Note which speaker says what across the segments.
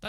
Speaker 1: 大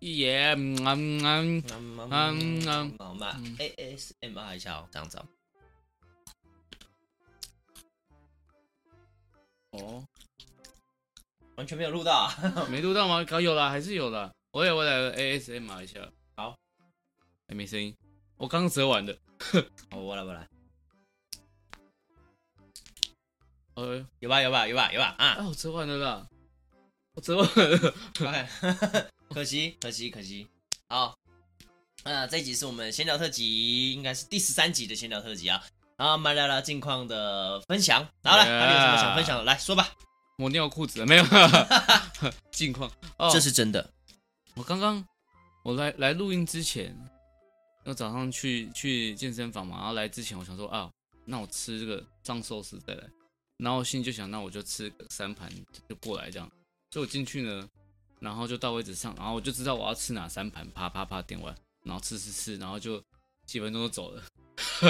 Speaker 1: 耶，嗯嗯嗯，
Speaker 2: 嗯
Speaker 1: 嗯
Speaker 2: 嗯
Speaker 1: 嗯，
Speaker 2: 我们 ASMR 一下哦，这样子哦。
Speaker 1: 哦，
Speaker 2: 完全没有录到啊。
Speaker 1: 没录到吗？搞有了，还是有了。我也我来 ASMR 一下。
Speaker 2: 好，
Speaker 1: 还没声音，我刚折完的。
Speaker 2: 好我来，我来。
Speaker 1: 呃，
Speaker 2: 有吧，有吧，有吧，有吧啊
Speaker 1: 哎，！我折完了啦，我折完了。
Speaker 2: OK，可 惜，可惜，可惜。好，那这一集是我们闲聊特辑，应该是第十三集的闲聊特辑啊。然后我们来聊聊近况的分享。好了，
Speaker 1: Yeah
Speaker 2: 到底有什么想分享的？来说吧。
Speaker 1: 我尿裤子了没有？ 近况哦，
Speaker 2: 这是真的。
Speaker 1: 我刚刚我来来录音之前，我早上去去健身房嘛，然后来之前我想说啊，那我吃这个藏寿司再来，然后我心里就想，那我就吃个三盘就过来这样，所以我进去呢，然后就到位置上，然后我就知道我要吃哪三盘，啪啪啪点完，然后吃吃吃，然后就几分钟就走了，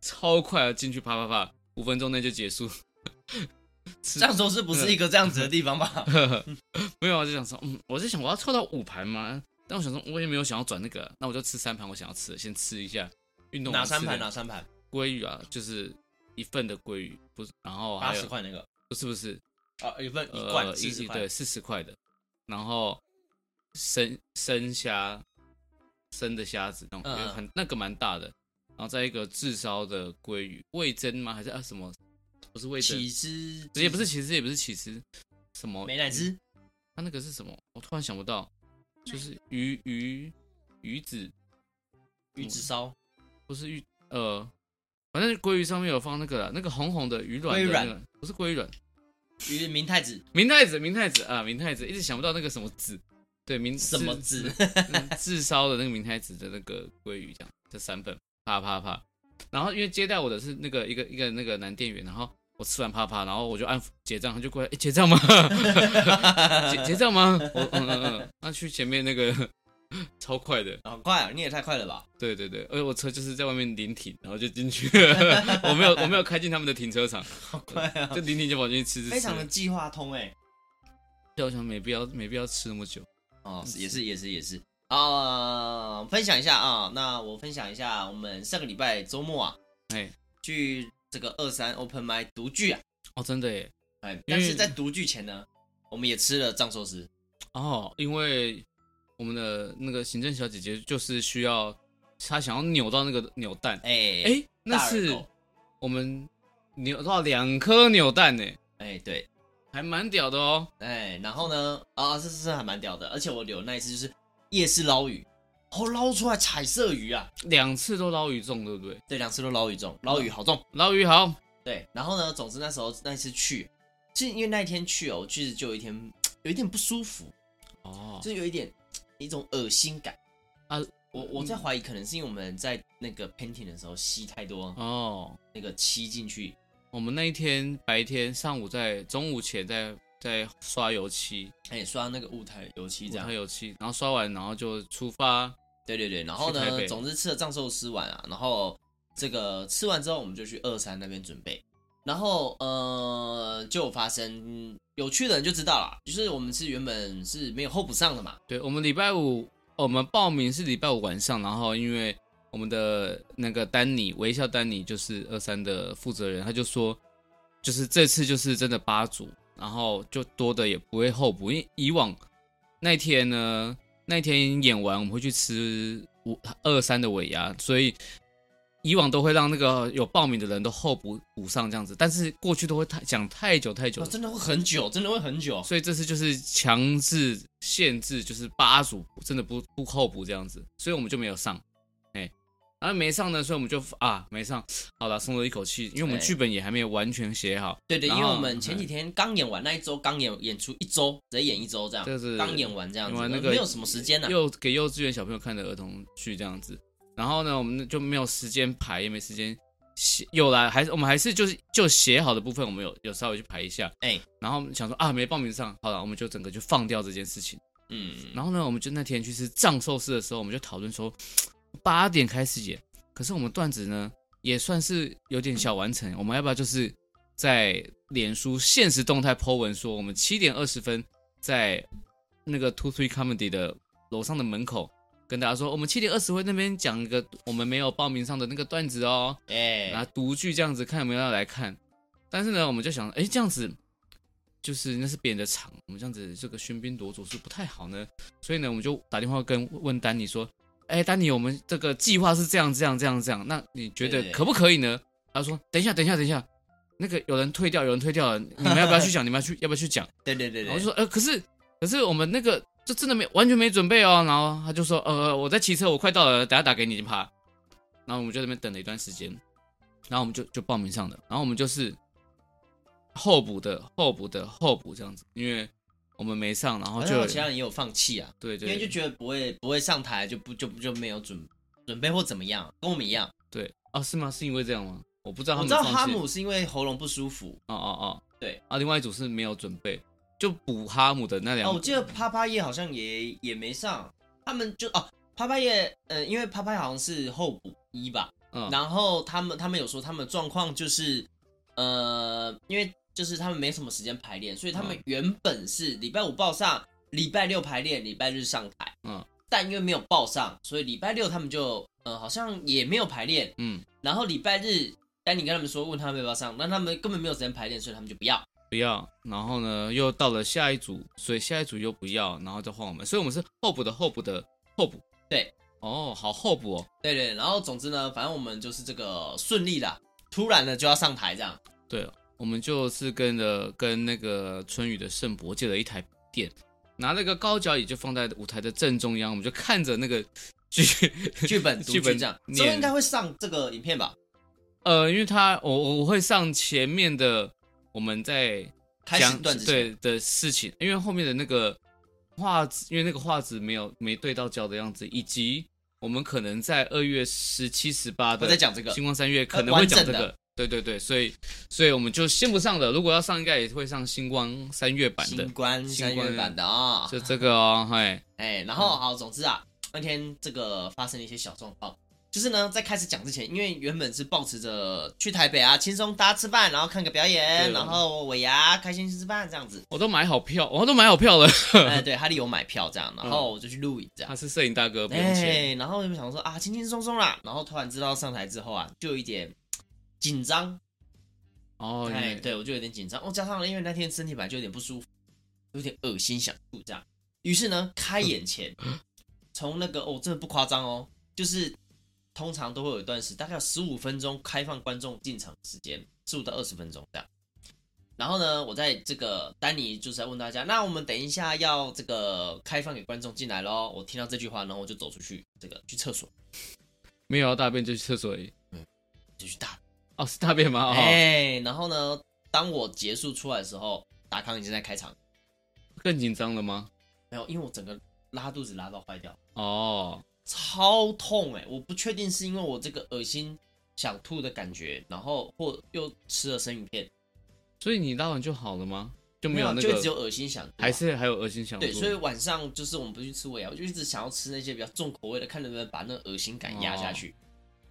Speaker 1: 超快啊，进去啪啪啪，五分钟内就结束。 吃
Speaker 2: 上周是不是一个这样子的地方吧？
Speaker 1: 没有，我就想说，嗯，我在想我要凑到五盘嘛，但我想说嗯我也没有想要转那个，那我就吃三盘我想要吃的，先吃一下。运动
Speaker 2: 哪
Speaker 1: 完
Speaker 2: 三
Speaker 1: 吃的
Speaker 2: 盘？啊哪三盘？
Speaker 1: 鲑鱼啊，就是一份的鲑鱼，不是，然后
Speaker 2: 八
Speaker 1: 还
Speaker 2: 十
Speaker 1: 有
Speaker 2: 块那个
Speaker 1: 不是不是，
Speaker 2: 啊，一份一
Speaker 1: 呃
Speaker 2: 罐，四
Speaker 1: 一
Speaker 2: 十
Speaker 1: 一
Speaker 2: 块
Speaker 1: 对。四十块的，然后生生虾，生的虾子那种，
Speaker 2: 嗯
Speaker 1: 有很那个蛮大的，然后再一个炙烧的鲑鱼，味增吗？还是啊什么？不是味增，
Speaker 2: 起司
Speaker 1: 也不是起司，也不是起司，什么
Speaker 2: 美乃滋，
Speaker 1: 它那个是什么？我突然想不到，就是鱼鱼鱼子，
Speaker 2: 鱼子烧，
Speaker 1: 不是鱼，呃，反正鲑鱼上面有放那个啦那个红红的鱼卵
Speaker 2: 鲑
Speaker 1: 的
Speaker 2: 鱼
Speaker 1: 那
Speaker 2: 卵
Speaker 1: 个，不是鲑鱼卵，
Speaker 2: 鱼明太子
Speaker 1: 明太子，明太子啊，明太子，一直想不到那个什么子，对，明
Speaker 2: 什么
Speaker 1: 自
Speaker 2: 子？
Speaker 1: 嗯自烧的那个明太子的那个鲑鱼，这样这三份，啪啪啪。然后因为接待我的是那个一个一个那个男店员，然后我吃完啪啪，然后我就按结账，他就过来，诶哎结账吗？ 结结账吗？我嗯嗯嗯，那去前面那个超快的，
Speaker 2: 好快啊！你也太快了吧！
Speaker 1: 对对对，而且我车就是在外面临停，然后就进去了， 我没有我没有开进他们的停车场，
Speaker 2: 好快啊！
Speaker 1: 就临停就跑进去吃吃吃，
Speaker 2: 非常的计划通哎、
Speaker 1: 对，我想没必要没必要吃那么久，
Speaker 2: 哦，
Speaker 1: 嗯
Speaker 2: 是也是也是也是啊、分享一下啊、那我分享一下我们上个礼拜周末啊
Speaker 1: 哎，
Speaker 2: 去这个二三 Open m i 独剧啊，
Speaker 1: 哦真的耶，
Speaker 2: 哎，但
Speaker 1: 嗯
Speaker 2: 是在独剧前呢，我们也吃了藏寿司，
Speaker 1: 哦，因为我们的那个行政小姐姐就是需要她想要扭到那个扭蛋，
Speaker 2: 哎、
Speaker 1: 哎、那
Speaker 2: 大耳
Speaker 1: 是
Speaker 2: 狗
Speaker 1: 我们扭到两颗扭蛋呢，
Speaker 2: 哎、对，
Speaker 1: 还蛮屌的哦，
Speaker 2: 哎、然后呢，啊，这是还蛮屌的，而且我有那一次就是夜市捞鱼，哦，捞出来彩色鱼啊，
Speaker 1: 两次都捞鱼中，对不对？
Speaker 2: 对，两次都捞鱼中，捞鱼好重。
Speaker 1: 捞鱼好，
Speaker 2: 对，然后呢，总之那时候那次去，是因为那一天去哦，其实就有一天有一点不舒服，
Speaker 1: 哦，
Speaker 2: 就是有一点一种恶心感
Speaker 1: 啊
Speaker 2: 我我在怀疑，可能是因为我们在那个 painting 的时候吸太多
Speaker 1: 哦，
Speaker 2: 那个漆进去，
Speaker 1: 我们那一天白天上午在中午前在在刷油漆，
Speaker 2: 哎、刷那个雾台油漆这
Speaker 1: 刷
Speaker 2: 样。
Speaker 1: 油漆，然后刷完然后就出发，
Speaker 2: 对对对，然后
Speaker 1: 去台
Speaker 2: 呢，
Speaker 1: 北
Speaker 2: 总之吃了藏寿司丸啊，然后这个吃完之后，我们就去二三那边准备，然后呃，就有发生有趣的人就知道了，就是我们是原本是没有候补上的嘛，
Speaker 1: 对，我们礼拜五，哦我们报名是礼拜五晚上，然后因为我们的那个丹尼微笑丹尼就是二三的负责人，他就说，就是这次就是真的八组，然后就多的也不会候补，因为以往那天呢，那天演完我们会去吃五二三的尾牙，所以。以往都会让那个有报名的人都候补补上这样子，但是过去都会太讲太久太久
Speaker 2: 哦，，真的会很久，真的会很久。
Speaker 1: 所以这次就是强制限制，就是八组真的不不候补这样子，所以我们就没有上。哎、那、啊没上呢，所以我们就啊没上，好了，松了一口气，因为我们
Speaker 2: 对
Speaker 1: 剧本也还没有完全写好，
Speaker 2: 对对，因
Speaker 1: 然
Speaker 2: 为
Speaker 1: 后哎
Speaker 2: 我们前几天刚演完那一周，刚演演出一周，直接演一周这样，
Speaker 1: 对对对
Speaker 2: 刚演完这样子，
Speaker 1: 演完那个
Speaker 2: 没有什么时间啊呢、
Speaker 1: 幼给幼稚园小朋友看的儿童剧这样子。然后呢，我们就没有时间排，也没时间写。有啦，还是我们还是就是就写好的部分，我们有有稍微去排一下。
Speaker 2: 哎
Speaker 1: 然后想说啊，没报名上，好了，我们就整个就放掉这件事情。
Speaker 2: 嗯，
Speaker 1: 然后呢，我们就那天去吃藏寿司的时候，我们就讨论说，八点开始演，可是我们段子呢也算是有点小完成，我们要不要就是在脸书现实动态 po 文说，我们七点二十分在那个 Two Three Comedy 的楼上的门口跟大家说，我们七点二十会那边讲一个我们没有报名上的那个段子哦，
Speaker 2: 哎、
Speaker 1: 拿独剧这样子看有没有要来看。但是呢，我们就想，哎，这样子就是那是别人的场，我们这样子这个喧宾夺主是不太好呢。所以呢，我们就打电话跟问丹尼说，哎，丹尼，我们这个计划是这样这样这样这样，那你觉得
Speaker 2: 对
Speaker 1: 可不可以呢？他说，等一下，等一下，等一下。那个有人退掉，有人退掉了，你们要不要去讲？你 们要去要不要去讲？
Speaker 2: 对对对
Speaker 1: 然后
Speaker 2: 对
Speaker 1: 就，说，呃，可是可是我们那个这真的没完全没准备哦。然后他就说，呃，我在骑车，我快到了，等下打给你啪。然后我们就在那边等了一段时间，然后我们就就报名上的，然后我们就是候补的候补的候补这样子，因为我们没上，然后
Speaker 2: 好
Speaker 1: 就
Speaker 2: 像其他人也有放弃啊，
Speaker 1: 对
Speaker 2: 因为就
Speaker 1: 对
Speaker 2: 觉得不会不会上台，就不就不就没有准准备或怎么样，跟我们一样。
Speaker 1: 对，哦，是吗？是因为这样吗？我不知道他
Speaker 2: 我
Speaker 1: 们
Speaker 2: 知道
Speaker 1: 放
Speaker 2: 哈
Speaker 1: 弃
Speaker 2: 姆是因为喉咙不舒服
Speaker 1: 哦哦哦，
Speaker 2: 对
Speaker 1: 啊，另外一组是没有准备，就补哈姆的那两
Speaker 2: 哦，
Speaker 1: 组
Speaker 2: 我记得啪啪夜好像也也没上，他们就哦啪啪夜，呃，因为啪啪夜好像是候补一吧，
Speaker 1: 嗯
Speaker 2: 然后他们他们有说他们的状况就是，呃，因为就是他们没什么时间排练，所以他们
Speaker 1: 嗯
Speaker 2: 原本是礼拜五报上，礼拜六排练，礼拜日上台。
Speaker 1: 嗯，
Speaker 2: 但因为没有报上，所以礼拜六他们就呃好像也没有排练，
Speaker 1: 嗯，
Speaker 2: 然后礼拜日丹尼跟他们说问他们要不要上，那他们根本没有时间排练，所以他们就不要。
Speaker 1: 不要，然后呢又到了下一组，所以下一组又不要，然后再换我们，所以我们是候补的候补的候补。
Speaker 2: 对，
Speaker 1: 哦，好候补哦。
Speaker 2: 对对，然后总之呢，反正我们就是这个顺利啦，突然的就要上台 这样。
Speaker 1: 对，我们就是跟着跟那个春雨的圣伯借了一台电，拿那个高脚椅就放在舞台的正中央，我们就看着那个剧，
Speaker 2: 剧本读
Speaker 1: 剧本
Speaker 2: 这样，
Speaker 1: 念
Speaker 2: 之后应该会上这个影片吧？
Speaker 1: 呃，因为他我我我会上前面的我们在
Speaker 2: 开始
Speaker 1: 讲
Speaker 2: 段子前
Speaker 1: 对的事情，因为后面的那个画质，因为那个画质没有没对到焦的样子，以及我们可能在二月十七、十八
Speaker 2: 我
Speaker 1: 的
Speaker 2: 在啊讲这个
Speaker 1: 星光三月可
Speaker 2: 呃
Speaker 1: 能会讲
Speaker 2: 完
Speaker 1: 这
Speaker 2: 整的
Speaker 1: 个，对对对，所以所以我们就先不上了。如果要上，应该也会上星光三月版的
Speaker 2: 新，冠
Speaker 1: 新
Speaker 2: 三
Speaker 1: 冠
Speaker 2: 月版的啊、
Speaker 1: 就这个哦，嘿，
Speaker 2: 哎，然后好，总之啊，那天这个发生了一些小状况，就是呢，在开始讲之前，因为原本是抱持着去台北啊，轻松大家吃饭，然后看个表演，
Speaker 1: 对。
Speaker 2: 然后尾牙开心吃饭这样子
Speaker 1: 我都买好票，我都买好票了。
Speaker 2: 哎，对，哈利有买票这样，然后我就去录影这 样。
Speaker 1: 他是摄影大哥，不用钱。
Speaker 2: 哎，然后就想说啊，轻轻松松啦。然后突然知道上台之后啊，就有一点紧张，
Speaker 1: 哦，因
Speaker 2: 哎，
Speaker 1: 为
Speaker 2: 对我就有点紧张。哦，加上因为那天身体本来就有点不舒服，有点恶心想吐这样。于是呢，开演前，从那个哦，真的不夸张哦，就是通常都会有一段时，大概十五分钟开放观众进场时间，十五到二十分钟这样。然后呢，我在这个丹尼就是在问大家，那我们等一下要这个开放给观众进来咯。我听到这句话，然后我就走出去，这个去厕所，
Speaker 1: 没有要大便就去厕所而已。
Speaker 2: 就去大
Speaker 1: 哦，是大便吗？哦，
Speaker 2: 哎、然后呢，当我结束出来的时候，达康已经在开场，
Speaker 1: 更紧张了吗？
Speaker 2: 没有，因为我整个拉肚子拉到坏掉，
Speaker 1: 哦，
Speaker 2: 超痛哎、我不确定是因为我这个恶心想吐的感觉，然后或又吃了生鱼片，
Speaker 1: 所以你拉完就好了吗？就没有
Speaker 2: 有，
Speaker 1: 那
Speaker 2: 就只有
Speaker 1: 个，
Speaker 2: 恶心想吐啊
Speaker 1: 还是还有恶心想吐？
Speaker 2: 对，所以晚上就是我们不去吃尾啊牙，我就一直想要吃那些比较重口味的，看能不能把那个恶心感压
Speaker 1: 哦
Speaker 2: 下去。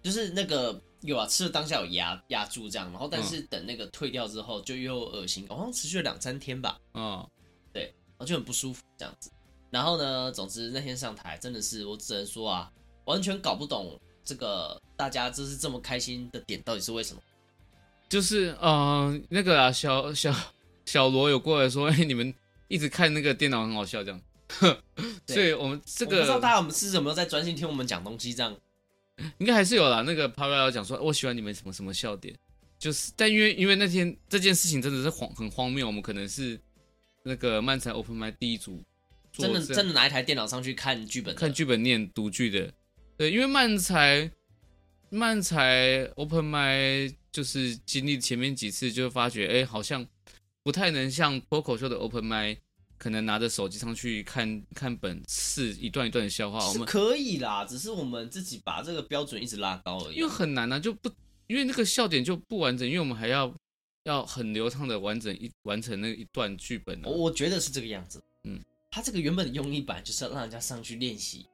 Speaker 2: 就是那个有啊，吃了当下有压压住这样，然后
Speaker 1: 嗯
Speaker 2: 但是等那个退掉之后就又恶心，好像持续了两三天吧。
Speaker 1: 嗯，
Speaker 2: 然后就很不舒服这样子。然后呢，总之那天上台真的是，我只能说啊，完全搞不懂这个大家这是这么开心的点到底是为什么。
Speaker 1: 就是呃，那个啊，小小小罗有过来说，哎、你们一直看那个电脑很好笑这样，
Speaker 2: 对
Speaker 1: 所以我们这
Speaker 2: 我不知道
Speaker 1: 个
Speaker 2: 大家我们是有没有在专心听我们讲东西这样。
Speaker 1: 应该还是有啦。那个 p a r a 讲说，我喜欢你们什么什么笑点，就是但因为因为那天这件事情真的是荒很荒谬，我们可能是那个漫才 Open m i 第一组做
Speaker 2: 真的
Speaker 1: 这
Speaker 2: 真的拿一台电脑上去看剧本的，
Speaker 1: 看剧本念读剧的，对，因为漫才漫才 open mic 就是经历前面几次，就发觉哎、诶好像不太能像脱口秀的 open mic，可能拿着手机上去看看本次一段一段的笑话，我
Speaker 2: 是
Speaker 1: 们
Speaker 2: 可以啦，只是我们自己把这个标准一直拉高而已
Speaker 1: 因为。很难啊，就不因为那个笑点就不完整，因为我们还要要很流畅的完整一完成那一段剧本啊
Speaker 2: 我，我觉得是这个样子。
Speaker 1: 嗯，
Speaker 2: 他这个原本的用意本来就是要让人家上去练习，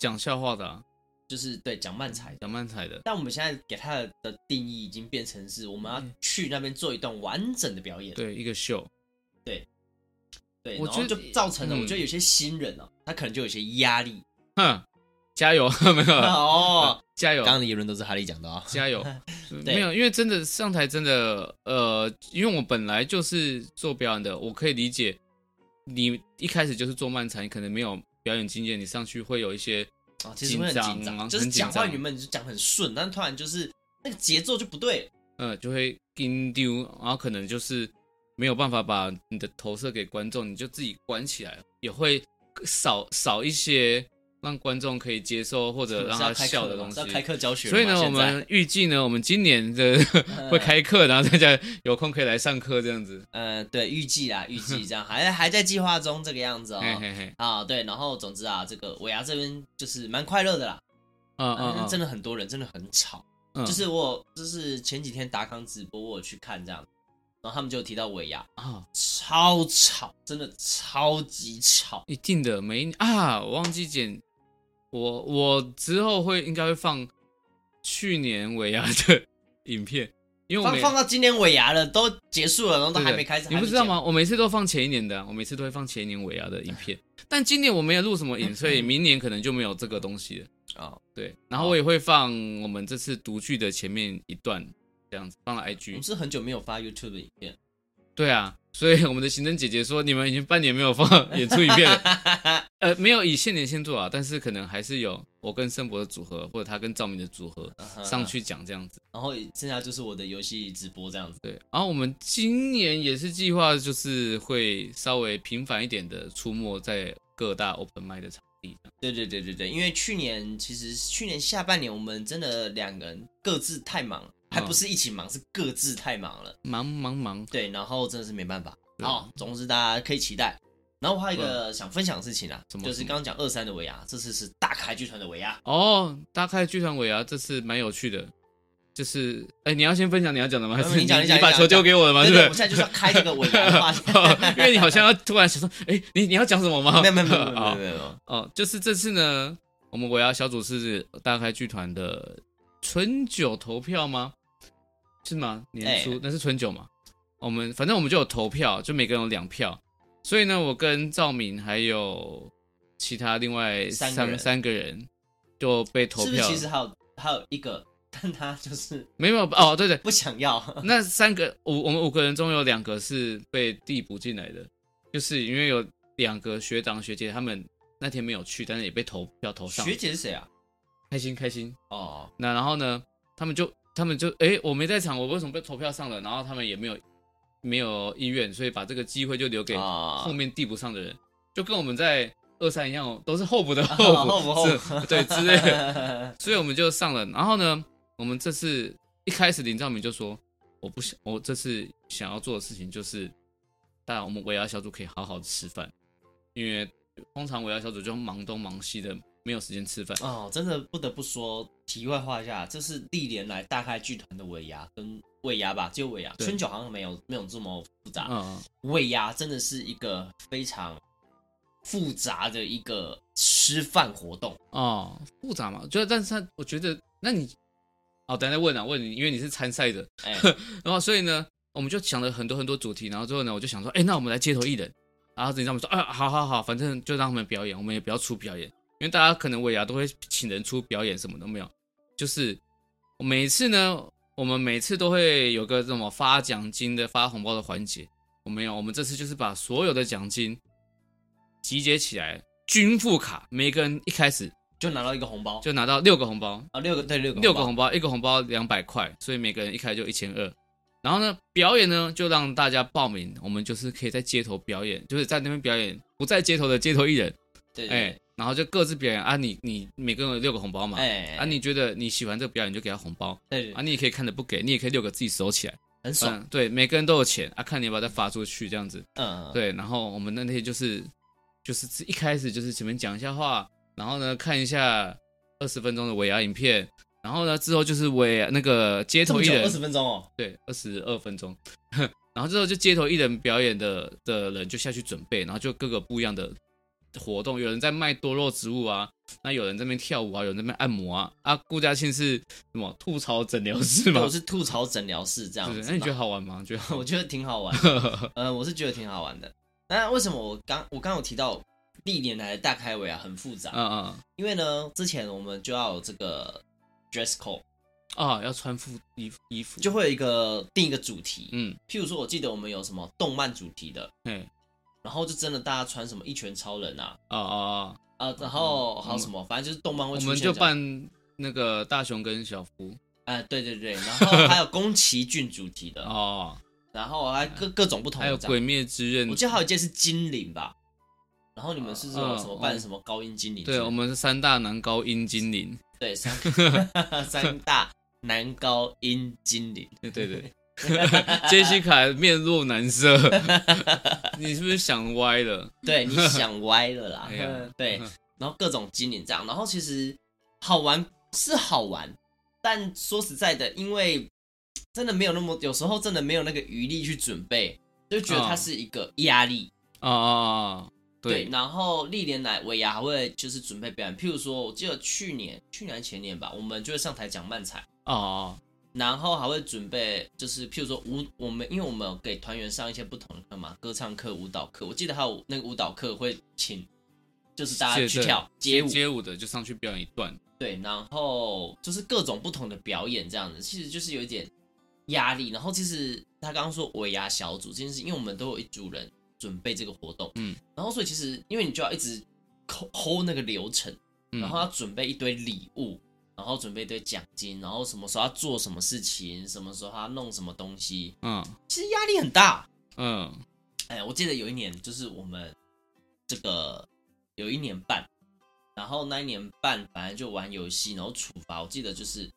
Speaker 1: 讲笑话的、啊，
Speaker 2: 就是对讲慢才的。
Speaker 1: 讲漫才的，
Speaker 2: 但我们现在给他的定义已经变成是我们要去那边做一段完整的表演。
Speaker 1: 对一个秀，
Speaker 2: 对，
Speaker 1: 我
Speaker 2: 然后
Speaker 1: 觉
Speaker 2: 就
Speaker 1: 得
Speaker 2: 造成了，
Speaker 1: 嗯
Speaker 2: 我觉得有些新人哦，他可能就有些压力。
Speaker 1: 哼，加油， 没有， 啊
Speaker 2: 哦，
Speaker 1: 加油
Speaker 2: 刚，刚的言论都是哈利讲的啊。
Speaker 1: 加 油！
Speaker 2: 对
Speaker 1: 没有，因为真的上台真的，呃，因为我本来就是做表演的，我可以理解你一开始就是做漫才，你可能没有表演经验，你上去会有一些
Speaker 2: 啊，其实会很紧
Speaker 1: 紧张
Speaker 2: 张，就是
Speaker 1: 很紧
Speaker 2: 讲话
Speaker 1: 张
Speaker 2: 原本就讲很顺，但突然就是那个节奏就不对。
Speaker 1: 呃，就会跟丢，然后可能就是没有办法把你的投射给观众，你就自己关起来，也会少少一些让观众可以接受或者让
Speaker 2: 是要啊
Speaker 1: 他
Speaker 2: 开
Speaker 1: 笑
Speaker 2: 课
Speaker 1: 的
Speaker 2: 了
Speaker 1: 东
Speaker 2: 嘛
Speaker 1: 西
Speaker 2: 是。要开课教学了
Speaker 1: 所
Speaker 2: 嘛。
Speaker 1: 以呢，我
Speaker 2: 现在嗯
Speaker 1: 们预计呢，我们今年的会开课，然后大家有空可以来上课这样子。
Speaker 2: 呃，对，预 计啦，预计这样，还还在计划中这个样子哦。
Speaker 1: 嘿嘿嘿，
Speaker 2: 啊，对，然后总之啊，这个尾牙这边就是蛮快乐的啦，
Speaker 1: 嗯嗯
Speaker 2: 但是
Speaker 1: 嗯，
Speaker 2: 真
Speaker 1: 的
Speaker 2: 的很多人，真的很吵。
Speaker 1: 嗯
Speaker 2: 就是我，就是前几天达康直播，我有去看这样，然后他们就有提到尾牙
Speaker 1: 啊，
Speaker 2: 超吵，真的超级吵。
Speaker 1: 一定的，每一啊，我忘记剪，我我之后会应该会放去年尾牙的 影片，因为我
Speaker 2: 放
Speaker 1: 每
Speaker 2: 放到今年尾牙了，都结束了，然后都
Speaker 1: 对
Speaker 2: 还
Speaker 1: 对
Speaker 2: 没开始，
Speaker 1: 你
Speaker 2: 还
Speaker 1: 不
Speaker 2: 没
Speaker 1: 知道
Speaker 2: 剪？
Speaker 1: 吗？我每次都放前一年的啊，我每次都会放前一年尾牙的影 片，但今年我没有录什么影，所以明年可能就没有这个东西了。
Speaker 2: 哦，
Speaker 1: 对，然后我也会放我们这次独剧的前面一段，这样子放了
Speaker 2: 我们
Speaker 1: IG。
Speaker 2: 是很久没有发 YouTube 的影片，
Speaker 1: 对啊，所以我们的行政姐姐说，你们已经半年没有放 演出影片了。 呃，没有以现年现做啊，但是可能还是有我跟盛博的组合，或者他跟赵明的组合
Speaker 2: 嗯
Speaker 1: 上去讲这样子。
Speaker 2: 啊然后剩下就是我的游戏直播这样子。
Speaker 1: 对，然后我们今年也是计划，就是会稍微频繁一点的出没在各大 open m i 的场地。
Speaker 2: 对对对对对，因为去年其实去年下半年我们真的两个人各自太忙
Speaker 1: 嗯
Speaker 2: 了，还不是一起忙，是各自太忙了。
Speaker 1: 忙忙忙，
Speaker 2: 对，然后真的是没办法。
Speaker 1: 对嗯
Speaker 2: 好，总之大家可以期待。然后我还有一个想分享的事情啊，
Speaker 1: 什么
Speaker 2: 就是刚刚讲二三的尾牙，这次是大开剧团的尾牙。
Speaker 1: 哦，大概剧团尾啊，这次蛮有趣的。就是，哎、你要先分享你要讲的吗？还
Speaker 2: 没有
Speaker 1: 是
Speaker 2: 嗯你讲你
Speaker 1: 你
Speaker 2: 讲
Speaker 1: 把
Speaker 2: 你讲
Speaker 1: 球丢给我了吗？
Speaker 2: 对
Speaker 1: 是
Speaker 2: 对
Speaker 1: 不是
Speaker 2: 对，我？们现在就是要开这个尾牙的话
Speaker 1: 啊 哦 因为你好像要突然想说，哎、你你要讲什么吗？
Speaker 2: 没有没有没有没有没 有
Speaker 1: 哦
Speaker 2: 没有没有，
Speaker 1: 哦，就是这次呢，我们尾牙小组是大开剧团的春酒投票吗？是吗？年初、
Speaker 2: 哎
Speaker 1: 那是春酒嘛？我们反正我们就有投票，就每个人有两票，所以呢，我跟赵敏还有其他另外
Speaker 2: 三
Speaker 1: 三
Speaker 2: 个人
Speaker 1: 三个人就被投
Speaker 2: 是不
Speaker 1: 票
Speaker 2: 是
Speaker 1: 了，
Speaker 2: 其实还有还有一个，但他就是
Speaker 1: 没有哦，对对，
Speaker 2: 不想要。
Speaker 1: 那三个五我们五个人中有两个是被递补进来的，就是因为有两个学长学姐他们那天没有去，但是也被投票投上，
Speaker 2: 学姐是谁啊？
Speaker 1: 开心开心。
Speaker 2: 哦，
Speaker 1: 那然后呢，他们就他们就诶，我没在场，我为什么被投票上了？然后他们也没有没有意愿，所以把这个机会就留给
Speaker 2: 啊
Speaker 1: 后面递补上的人，就跟我们在二三一样哦，都是候补 的候补，
Speaker 2: 后补后
Speaker 1: 是 对之类的。 所以我们就上了。然后呢，我们这次一开始林兆明就说，我不想，我这次想要做的事情就是，当然我们围牙小组可以好好地吃饭，因为通常围牙小组就忙东忙西的，没有时间吃饭。
Speaker 2: 哦，真的不得不说，题外话一下，这是历年来大概剧团的尾牙跟尾牙吧，只有尾牙，
Speaker 1: 对
Speaker 2: 春酒好像没有没有这么复杂。
Speaker 1: 嗯，
Speaker 2: 尾牙真的是一个非常复杂的一个吃饭活动，
Speaker 1: 哦，复杂嘛，就但是他，我觉得，那你，哦，等一下再问啊，问你，因为你是参赛的，
Speaker 2: 哎、
Speaker 1: 然后所以呢，我们就想了很多很多主题，然后最后呢，我就想说，哎、那我们来街头艺人。然后你他们说，啊，好好好，反正就让他们表演，我们也不要出表演，因为大家可能尾牙都会请人出表演，什么都没有。就是每次呢，我们每次都会有个什么发奖金的、发红包的环节，我没有，我们这次就是把所有的奖金集结起来，均付卡，每个人一开始
Speaker 2: 就拿到一个红包，
Speaker 1: 就拿到六个红包，
Speaker 2: 啊六个对六个
Speaker 1: 六个红包，一个红包两百块，所以每个人一开就一千二。然后呢，表演呢就让大家报名，我们就是可以在街头表演，就是在那边表演，不在街头的街头艺人，
Speaker 2: 对
Speaker 1: 哎、
Speaker 2: 对对
Speaker 1: 然后就各自表演啊，你你每个人有六个红包嘛，
Speaker 2: 哎，
Speaker 1: 啊，你觉得你喜欢这个表演你就给他红包
Speaker 2: 对
Speaker 1: 啊，你也可以看着不给，你也可以六个自己收起来，
Speaker 2: 很爽，
Speaker 1: 嗯，对，每个人都有钱啊，看你要不要再发出去这样子，
Speaker 2: 嗯，
Speaker 1: 对，然后我们那天就是就是一开始就是前面讲一下话，然后呢看一下二十分钟的尾牙影片，然后呢之后就是尾那个街
Speaker 2: 这
Speaker 1: 头
Speaker 2: 么
Speaker 1: 艺
Speaker 2: 久
Speaker 1: 人
Speaker 2: 二，十分钟哦，
Speaker 1: 对，二十二分钟。 然后之后就街头艺人表演的的人就下去准备，然后就各个不一样的活动，有人在卖多肉植物啊，那有人在那边跳舞啊，有人在那边按摩啊。啊，顾嘉庆是什么吐槽诊疗室
Speaker 2: 我
Speaker 1: 吗？
Speaker 2: 是吐槽诊疗室这样
Speaker 1: 对对，
Speaker 2: 子，
Speaker 1: 那你觉得好玩吗？觉得好
Speaker 2: 我
Speaker 1: 玩？
Speaker 2: 觉得挺好玩， 呃，我是觉得挺好玩的。那为什么我刚我刚有提到历年来的大开尾啊很复杂？
Speaker 1: 嗯嗯
Speaker 2: 因为呢，之前我们就要有这个 dress code，
Speaker 1: 啊，要穿副衣服衣服，
Speaker 2: 就会有一个定一个主题。
Speaker 1: 嗯，
Speaker 2: 譬如说，我记得我们有什么动漫主题的，
Speaker 1: 哎，
Speaker 2: 然后就真的大家穿什么一拳超人啊，
Speaker 1: 啊啊啊，
Speaker 2: 啊，然后还有什么，反正就是动漫会
Speaker 1: 我
Speaker 2: 出现。
Speaker 1: 们就，办那个大雄跟小夫
Speaker 2: 哎、对对对，然后还有宫崎骏主题的，
Speaker 1: 哦，
Speaker 2: 然后还各各种不同
Speaker 1: 还
Speaker 2: 的
Speaker 1: 有
Speaker 2: 这
Speaker 1: 《
Speaker 2: 样。
Speaker 1: 鬼灭之刃
Speaker 2: 我》，记得还有一件是精灵吧，然后你们是不是有什么
Speaker 1: 嗯
Speaker 2: 办
Speaker 1: 嗯
Speaker 2: 什么高音精灵之类
Speaker 1: 对
Speaker 2: 的？
Speaker 1: 我们是三大男高音精灵，
Speaker 2: 对 三三大男高音精灵，
Speaker 1: 对对 对，杰西卡面露难色，你是不是想歪了？
Speaker 2: 对你想歪了啦
Speaker 1: 哎呀，
Speaker 2: 对，然后各种精灵这样，然后其实好玩是好玩，但说实在的，因为真的没有那么，有时候真的没有那个余力去准备，就觉得它
Speaker 1: 嗯
Speaker 2: 是一个压力。
Speaker 1: 啊啊啊！
Speaker 2: 对，
Speaker 1: 对，
Speaker 2: 然后历年来尾牙还会就是准备表演，譬如说，我记得去年、去年还前年吧，我们就会上台讲漫才，
Speaker 1: 啊啊
Speaker 2: 然后还会准备就是譬如说舞，我们因为我们有给团员上一些不同的课嘛，歌唱课、舞蹈课，我记得还有那个舞蹈课会请，就是大家
Speaker 1: 是
Speaker 2: 去
Speaker 1: 对
Speaker 2: 跳街舞，
Speaker 1: 街舞的就上去表演一段，
Speaker 2: 对，然后就是各种不同的表演这样子，其实就是有一点压力。然后其实他刚刚说尾牙小组这件事，因为我们都有一组人准备这个活动，
Speaker 1: 嗯，
Speaker 2: 然后所以其实因为你就要一直 hold- hold 那个流程，
Speaker 1: 嗯
Speaker 2: 然后要准备一堆礼物，然后准备一堆奖金，然后什么时候要做什么事情，什么时候要弄什么东西，
Speaker 1: 嗯
Speaker 2: 其实压力很大。
Speaker 1: 嗯
Speaker 2: 哎，我记得有一年就是我们这个有一年半，然后那一年半反正就玩游戏，然后处罚，我记得就是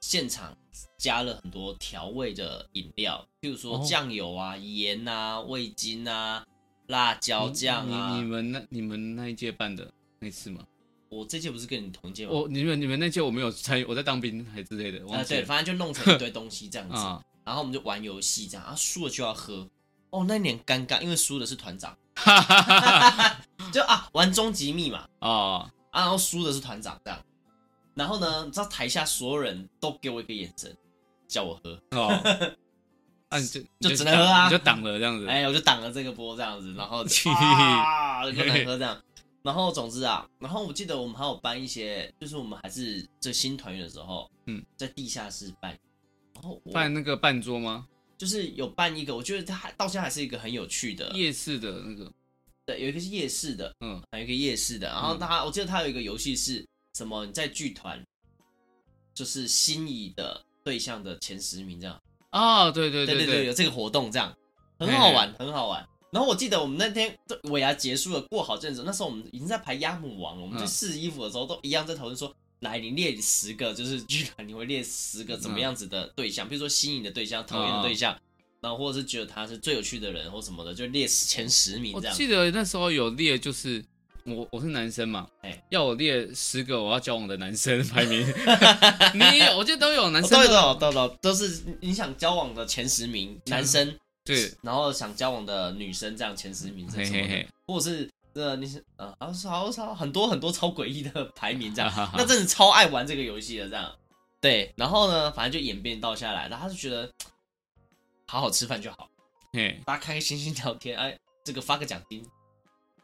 Speaker 2: 现场加了很多调味的饮料，譬如说
Speaker 1: 哦
Speaker 2: 酱油啊、盐啊、味精啊、辣椒酱
Speaker 1: 你你
Speaker 2: 啊
Speaker 1: 你。们那你们那一届办的那次吗？
Speaker 2: 我这届不是跟你同届吗？
Speaker 1: 我你们你们那届我没有参与，我在当兵还之类的，
Speaker 2: 啊、
Speaker 1: 忘记
Speaker 2: 对，
Speaker 1: 了
Speaker 2: 反正就弄成一堆东西 这样子，
Speaker 1: 啊
Speaker 2: 然后我们就玩游戏这样，啊，输了就要喝。哦，那一年尴尬，因为输的是 团长，就啊玩终极密码，
Speaker 1: 啊
Speaker 2: 啊，然后输的是团长这样。然后呢，你知道台下所有人都给我一个眼神，叫我喝，
Speaker 1: 哦，啊你 就
Speaker 2: 就
Speaker 1: 你
Speaker 2: 只能喝啊
Speaker 1: 挡你就挡了这样子，
Speaker 2: 哎，我就挡了这个波这样子，然 后就啊，就不能喝这样。然后总之啊，然后我记得我们还有办一些，就是我们还是这新团员的时候，
Speaker 1: 嗯，
Speaker 2: 在地下室办，然后我
Speaker 1: 办那个半桌吗？
Speaker 2: 就是有办一个，我觉得它还到现在还是一个很有趣的，
Speaker 1: 夜市的那个，
Speaker 2: 对，有一个是夜市的，啊
Speaker 1: 嗯
Speaker 2: 还有一个夜市的，然后
Speaker 1: 嗯
Speaker 2: 它、我记得它有一个游戏是什么？你在剧团就是心仪的对象的前十名这样，
Speaker 1: 啊，对对
Speaker 2: 哦对
Speaker 1: 对
Speaker 2: 对，有这个活动这样，很好玩，很好玩。然后我记得我们那天这尾牙结束了，过好阵子，那时候我们已经在排鸭母王了，我们去
Speaker 1: 嗯
Speaker 2: 试衣服的时候都一样在讨论说，来你列十个，就是剧团你会列十个怎
Speaker 1: 嗯
Speaker 2: 么样子的对象，比如说心仪的对象、讨厌的对象。然后或者是觉得他是最有趣的人或什么的，就列前十名
Speaker 1: 我
Speaker 2: 这样。
Speaker 1: 记得那时候有列，就是我我是男生嘛，
Speaker 2: 哎
Speaker 1: 要我列十个我要交往的男生排 名，你也有我记得都有男
Speaker 2: 哦
Speaker 1: 生啊的
Speaker 2: 都有都有都有，都是你想交往的前十名男生，
Speaker 1: 对，
Speaker 2: 然后想交往的女生这样前十名这
Speaker 1: 嘿
Speaker 2: 什
Speaker 1: 嘿
Speaker 2: 么的，
Speaker 1: 嘿，，
Speaker 2: 或者是呃你是呃好像好像很多很多超诡异的排名这样那真的超爱玩这个游戏的这样。对，然后呢，反正就演变到下来，然后他就觉得好好吃饭就好，
Speaker 1: 嘿，
Speaker 2: 大家开开心心聊天，哎，这个发个奖金，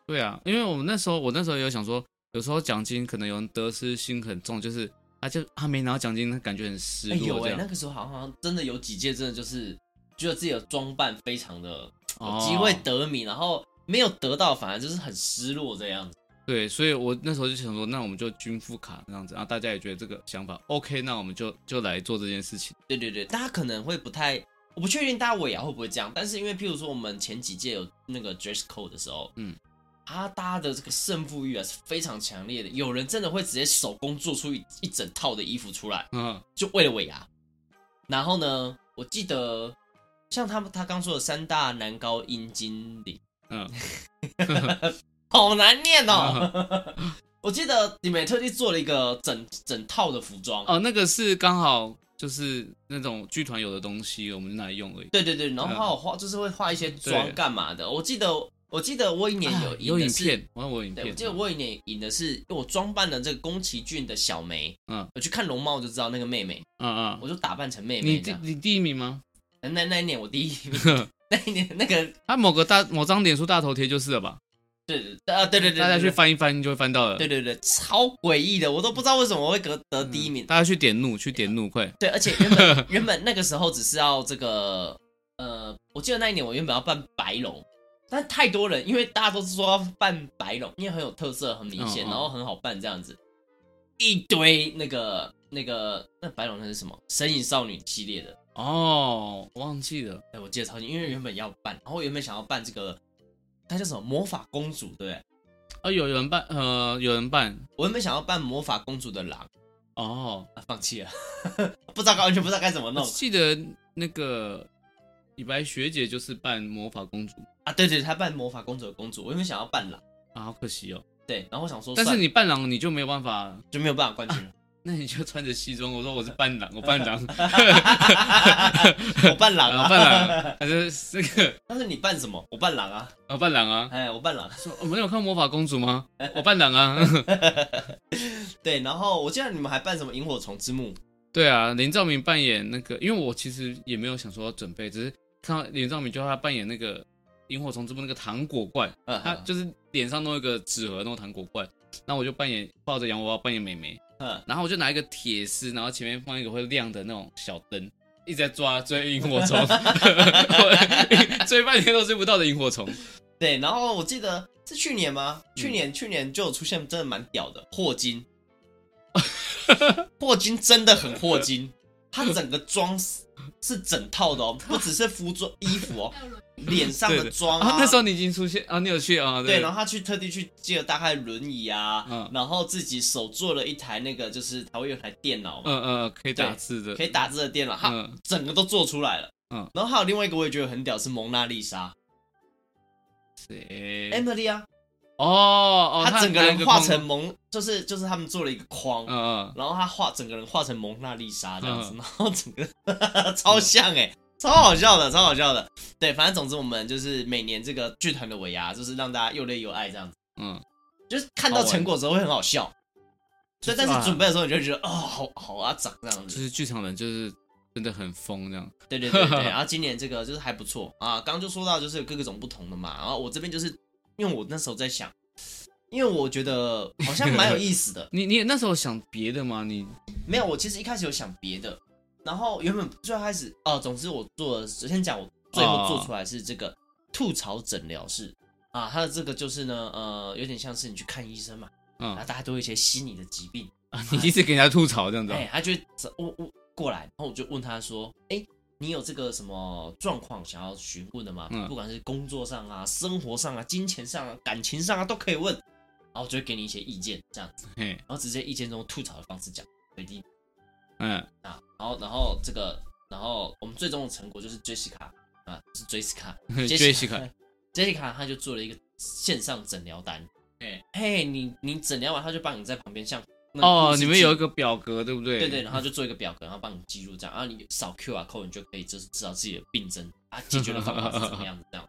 Speaker 1: 对啊，因为我们那时候我那时候有想说，有时候奖金可能有人得失心很重，就是他就他没拿到奖金，他感觉很失
Speaker 2: 哎有
Speaker 1: 落这
Speaker 2: 哎、
Speaker 1: 样
Speaker 2: 那，个时候好像真的有几届真的就是觉得自己的装扮非常的有
Speaker 1: 哦
Speaker 2: 机会得名，然后没有得到，反而就是很失落这样子。
Speaker 1: 对，所以我那时候就想说，那我们就均富卡这样子，然后大家也觉得这个想法 OK，那我们就就来做这件事情，
Speaker 2: 对对对，大家可能会不太，我啊不确定大家尾牙会不会这样，但是因为譬如说我们前几届有那个 dress code 的时候，
Speaker 1: 嗯，
Speaker 2: 阿达的这个胜负欲啊是非常强烈的，有人真的会直接手工做出一一整套的衣服出来，
Speaker 1: 嗯
Speaker 2: 就为了尾牙。然后呢，我记得像他们他刚说的三大男高音经理，
Speaker 1: 嗯，
Speaker 2: 好难念哦。
Speaker 1: 嗯
Speaker 2: 我记得你们也特地做了一个整整套的服装，
Speaker 1: 哦，那个是刚好就是那种剧团有的东西，我们就拿来用而已。
Speaker 2: 对对对，然后还有画，就是会画一些妆
Speaker 1: 嗯对
Speaker 2: 干嘛的。我记得我记得我有一年
Speaker 1: 啊有
Speaker 2: 有赢
Speaker 1: 影
Speaker 2: 的是，
Speaker 1: 片，我看我有影
Speaker 2: 对，我
Speaker 1: 片，啊嗯
Speaker 2: 记得我有一年赢的是，因为我装扮了这个宫崎骏的小梅，
Speaker 1: 嗯，
Speaker 2: 我去看龙猫我就知道那个妹妹，
Speaker 1: 嗯嗯，
Speaker 2: 我就打扮成妹
Speaker 1: 你
Speaker 2: 妹
Speaker 1: 第
Speaker 2: 这样。
Speaker 1: 你第一名吗？
Speaker 2: 那那一年 我第一名，那一年那个
Speaker 1: 他某个大某张脸书大头贴就是了吧？
Speaker 2: 对对对啊对对对，
Speaker 1: 大家去
Speaker 2: 对
Speaker 1: 翻一翻就会翻到了。嗯
Speaker 2: 对对对，超诡异的，我都不知道为什么我会得得第一名。
Speaker 1: 大家去点怒，去点怒，快！
Speaker 2: 对，而且原本原本那个时候只是要这个，呃，我记得那一年我原本要办白龙，但太多人，因为大家都是说要办白龙，因为很有特色、很明
Speaker 1: 嗯
Speaker 2: 显，
Speaker 1: 嗯
Speaker 2: 然后很好办这样子，一堆那个那个那白龙那是什么？神隐少女系列的，
Speaker 1: 哦，我忘记了，
Speaker 2: 哎，我记得超级，因为原本要办，然后原本想要办这个，它叫什么魔法公主，对不对？
Speaker 1: 啊，有人办，呃，有人办，
Speaker 2: 我原本想要办魔法公主的狼，
Speaker 1: 哦，
Speaker 2: 啊、放弃了， 不知道完全不知道该怎么
Speaker 1: 我
Speaker 2: 弄
Speaker 1: 记得那个李白学姐就是扮魔法公主
Speaker 2: 啊！对对，他办魔法公主的公主，我原本想要办狼，
Speaker 1: 啊，好可惜哦。
Speaker 2: 对，然后我想说，
Speaker 1: 但
Speaker 2: 算
Speaker 1: 是
Speaker 2: 了
Speaker 1: 你伴郎你就没有办法，
Speaker 2: 就没有办法冠军 了。
Speaker 1: 那你就穿着西装，我说我是伴郎，我伴 郎，
Speaker 2: 我扮狼
Speaker 1: 啊，
Speaker 2: 啊，
Speaker 1: 伴郎，还是那个
Speaker 2: 但是你扮什么？我扮狼啊，
Speaker 1: 啊，伴郎啊，
Speaker 2: 哎，我扮狼。
Speaker 1: 说我们有看魔法公主吗？我伴郎啊，
Speaker 2: 对，然后我记得你们还扮什么萤火虫之墓，
Speaker 1: 对啊，林兆明扮演那个，因为我其实也没有想说要准备，只是看到林兆明就他扮演那个萤火虫之墓那个糖果罐，
Speaker 2: 嗯
Speaker 1: 他啊就是脸上弄一个纸盒弄糖果罐，然后我就扮演抱着洋娃娃扮演美眉，
Speaker 2: 嗯
Speaker 1: 然后我就拿一个铁丝，然后前面放一个会亮的那种小灯，一直在抓追萤火 虫， 我追半天都追不到的萤火虫，
Speaker 2: 对，然后我记得是去年吗？去年去年就有出现真的蛮屌的 霍金，霍金真的很霍金，他整个妆是是整套的哦，不只是服装衣服哦，脸上的
Speaker 1: 对
Speaker 2: 妆
Speaker 1: 啊，那时候你已经出现啊，你有去啊？
Speaker 2: 对，然后他去特地去借了大概轮椅啊，
Speaker 1: 嗯
Speaker 2: 然后自己手做了一台那个，就是他会有一台电脑嘛，
Speaker 1: 嗯嗯，嗯可以打字的，
Speaker 2: 可以啊打字的电脑，他
Speaker 1: 嗯
Speaker 2: 整个都做出来了。
Speaker 1: 嗯
Speaker 2: 然后还有另外一个我也觉得很屌是蒙娜丽莎
Speaker 1: 谁？
Speaker 2: Emily 啊，
Speaker 1: 哦哦，
Speaker 2: 她整个
Speaker 1: 拿一
Speaker 2: 人画
Speaker 1: 框
Speaker 2: 成蒙，就是就是他们做了一个框，
Speaker 1: 嗯嗯。
Speaker 2: 然后她画整个人画成蒙娜丽莎这样子，
Speaker 1: 嗯
Speaker 2: 然后整个 超像哎、超好笑的，超好笑的。对，反正总之我们就是每年这个剧团的尾牙，就是让大家又累又爱这样子，
Speaker 1: 嗯，
Speaker 2: 就是看到
Speaker 1: 好玩
Speaker 2: 成果的时候会很好笑。所以，但
Speaker 1: 啊
Speaker 2: 是准备的时候，你就会觉得哦，好好啊，长这样
Speaker 1: 就
Speaker 2: 子。
Speaker 1: 是剧场人就是真的很疯这样。。
Speaker 2: 对对对对，然后今年这个就是还不错啊。刚刚就说到就是有各个种不同的嘛，然后我这边就是因为我那时候在想，因为我觉得好像蛮有意思的
Speaker 1: 你你也那时候想别的吗？你
Speaker 2: 没有，我其实一开始有想别的，然后原本最开始哦、总之我做的，首先讲我最后做出来是这个吐槽诊疗室啊，它的这个就是呢，呃，有点像是你去看医生嘛，
Speaker 1: 嗯
Speaker 2: 然后大家都有一些心理的疾病，
Speaker 1: 啊，你一直给人家吐槽这样子哦、
Speaker 2: 哎、他就会走我我过来，然后我就问他说，哎、你有这个什么状况想要询问的吗？
Speaker 1: 嗯
Speaker 2: 不管是工作上啊、生活上啊、金钱上啊、感情上啊，都可以问。然后我就会给你一些意见，这样子，
Speaker 1: 嘿，
Speaker 2: 然后直接意见中吐槽的方式讲，回避
Speaker 1: 嗯，
Speaker 2: 啊，然后然后这个，然后我们最终的成果就是追西卡啊，是追 西卡，
Speaker 1: 追西卡，
Speaker 2: 杰西卡她就做了一个线上诊疗单，哎、嘿，你你诊疗完，他就帮你在旁边像那个
Speaker 1: 哦
Speaker 2: 护，士
Speaker 1: 你们有
Speaker 2: 记
Speaker 1: 一个表格对不对？
Speaker 2: 对对，然后就做一个表格，然后帮你记录这样，然后你扫 QR code，你就可以就是知道自己的病症啊，解决的方法是怎么样的这样。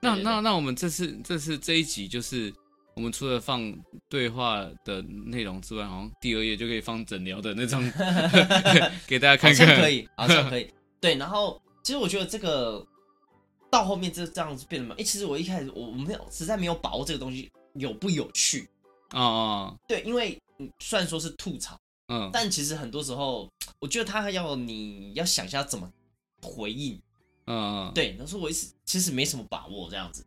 Speaker 1: 那
Speaker 2: 对对对
Speaker 1: 那那我们这次这次这一集就是我们除了放对话的内容之外，好像第二页就可以放诊疗的那 张给大家看
Speaker 2: 好像
Speaker 1: 看。
Speaker 2: 可以，好 像可以。对，然后其实我觉得这个到后面就这样子变得嘛，哎、其实我一开始我我没有实在没有把握这个东西有不有趣，
Speaker 1: 哦哦，
Speaker 2: 对，因为嗯虽然说是吐槽，
Speaker 1: 嗯，
Speaker 2: 但其实很多时候我觉得他要你要想一下怎么回应，
Speaker 1: 嗯嗯，
Speaker 2: 对，但是我一直其实没什么把握这样子。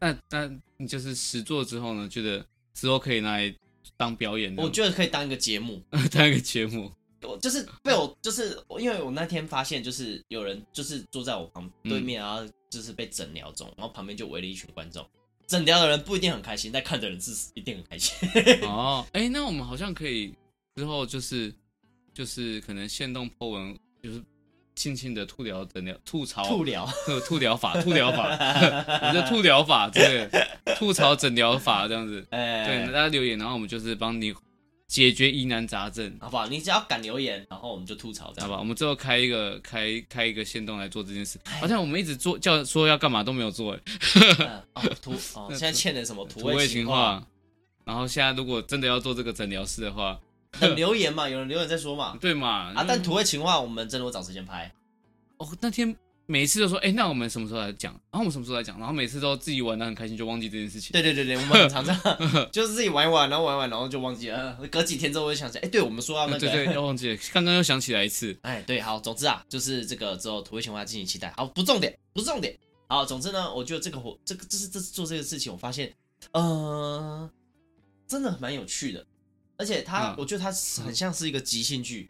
Speaker 1: 那那你就是实做之后呢，觉得之后可以拿来当表演这
Speaker 2: 我
Speaker 1: 样，
Speaker 2: 觉得可以当一个节目，
Speaker 1: 当一个节目。
Speaker 2: 我就是被我就是因为我那天发现就是有人就是坐在我旁
Speaker 1: 嗯
Speaker 2: 对面，然后就是被诊疗中，然后旁边就围了一群观众，整条的人不一定很开心，但看的人是一定很开心。
Speaker 1: 哦，哎、那我们好像可以之后就是就是可能限动 po 文，就是轻轻的吐聊整聊吐槽
Speaker 2: 吐聊，
Speaker 1: 吐吐聊法吐聊 法，我们的吐聊法对吐槽诊疗法这样子。对，
Speaker 2: 哎，
Speaker 1: 大家留言，然后我们就是帮你解决疑难杂症，
Speaker 2: 好不好？你只要敢留言，然后我们就吐槽，这
Speaker 1: 好
Speaker 2: 样
Speaker 1: 吧？我们最后开一个开开一个线动来做这件事，
Speaker 2: 哎
Speaker 1: 好像我们一直做叫说要干嘛都没有做，哎，
Speaker 2: 嗯哦，土 哦，现在欠的什么土
Speaker 1: 土味情
Speaker 2: 情 话？
Speaker 1: 话。然后现在如果真的要做这个诊疗室的话，
Speaker 2: 等留言嘛，有人留言再说嘛。
Speaker 1: 对嘛？
Speaker 2: 啊，但
Speaker 1: 嗯
Speaker 2: 土味情话，我们真的会找时间拍。
Speaker 1: 哦那天每一次都说，哎，那我们什么时候来讲？然后我们什么时候来讲？然后每次都自己玩的很开心，就忘记这件事情。
Speaker 2: 对对 对对，我们很常这样，就是自己玩一玩，然后玩一玩，然后就忘记了。呃隔几天之后，我就想起来，哎，对我们说到那
Speaker 1: 啊 对
Speaker 2: 个，
Speaker 1: 对，要忘记了，刚刚又想起来一次。
Speaker 2: 哎，对，好，总之啊，就是这个之后土味情话敬请期待。好，不重点，不重点。好，总之呢，我觉得这个活，这个这是这是做这个事情，我发现，呃，真的蛮有趣的，而且它，
Speaker 1: 嗯
Speaker 2: 我觉得它是很像是一个即兴剧，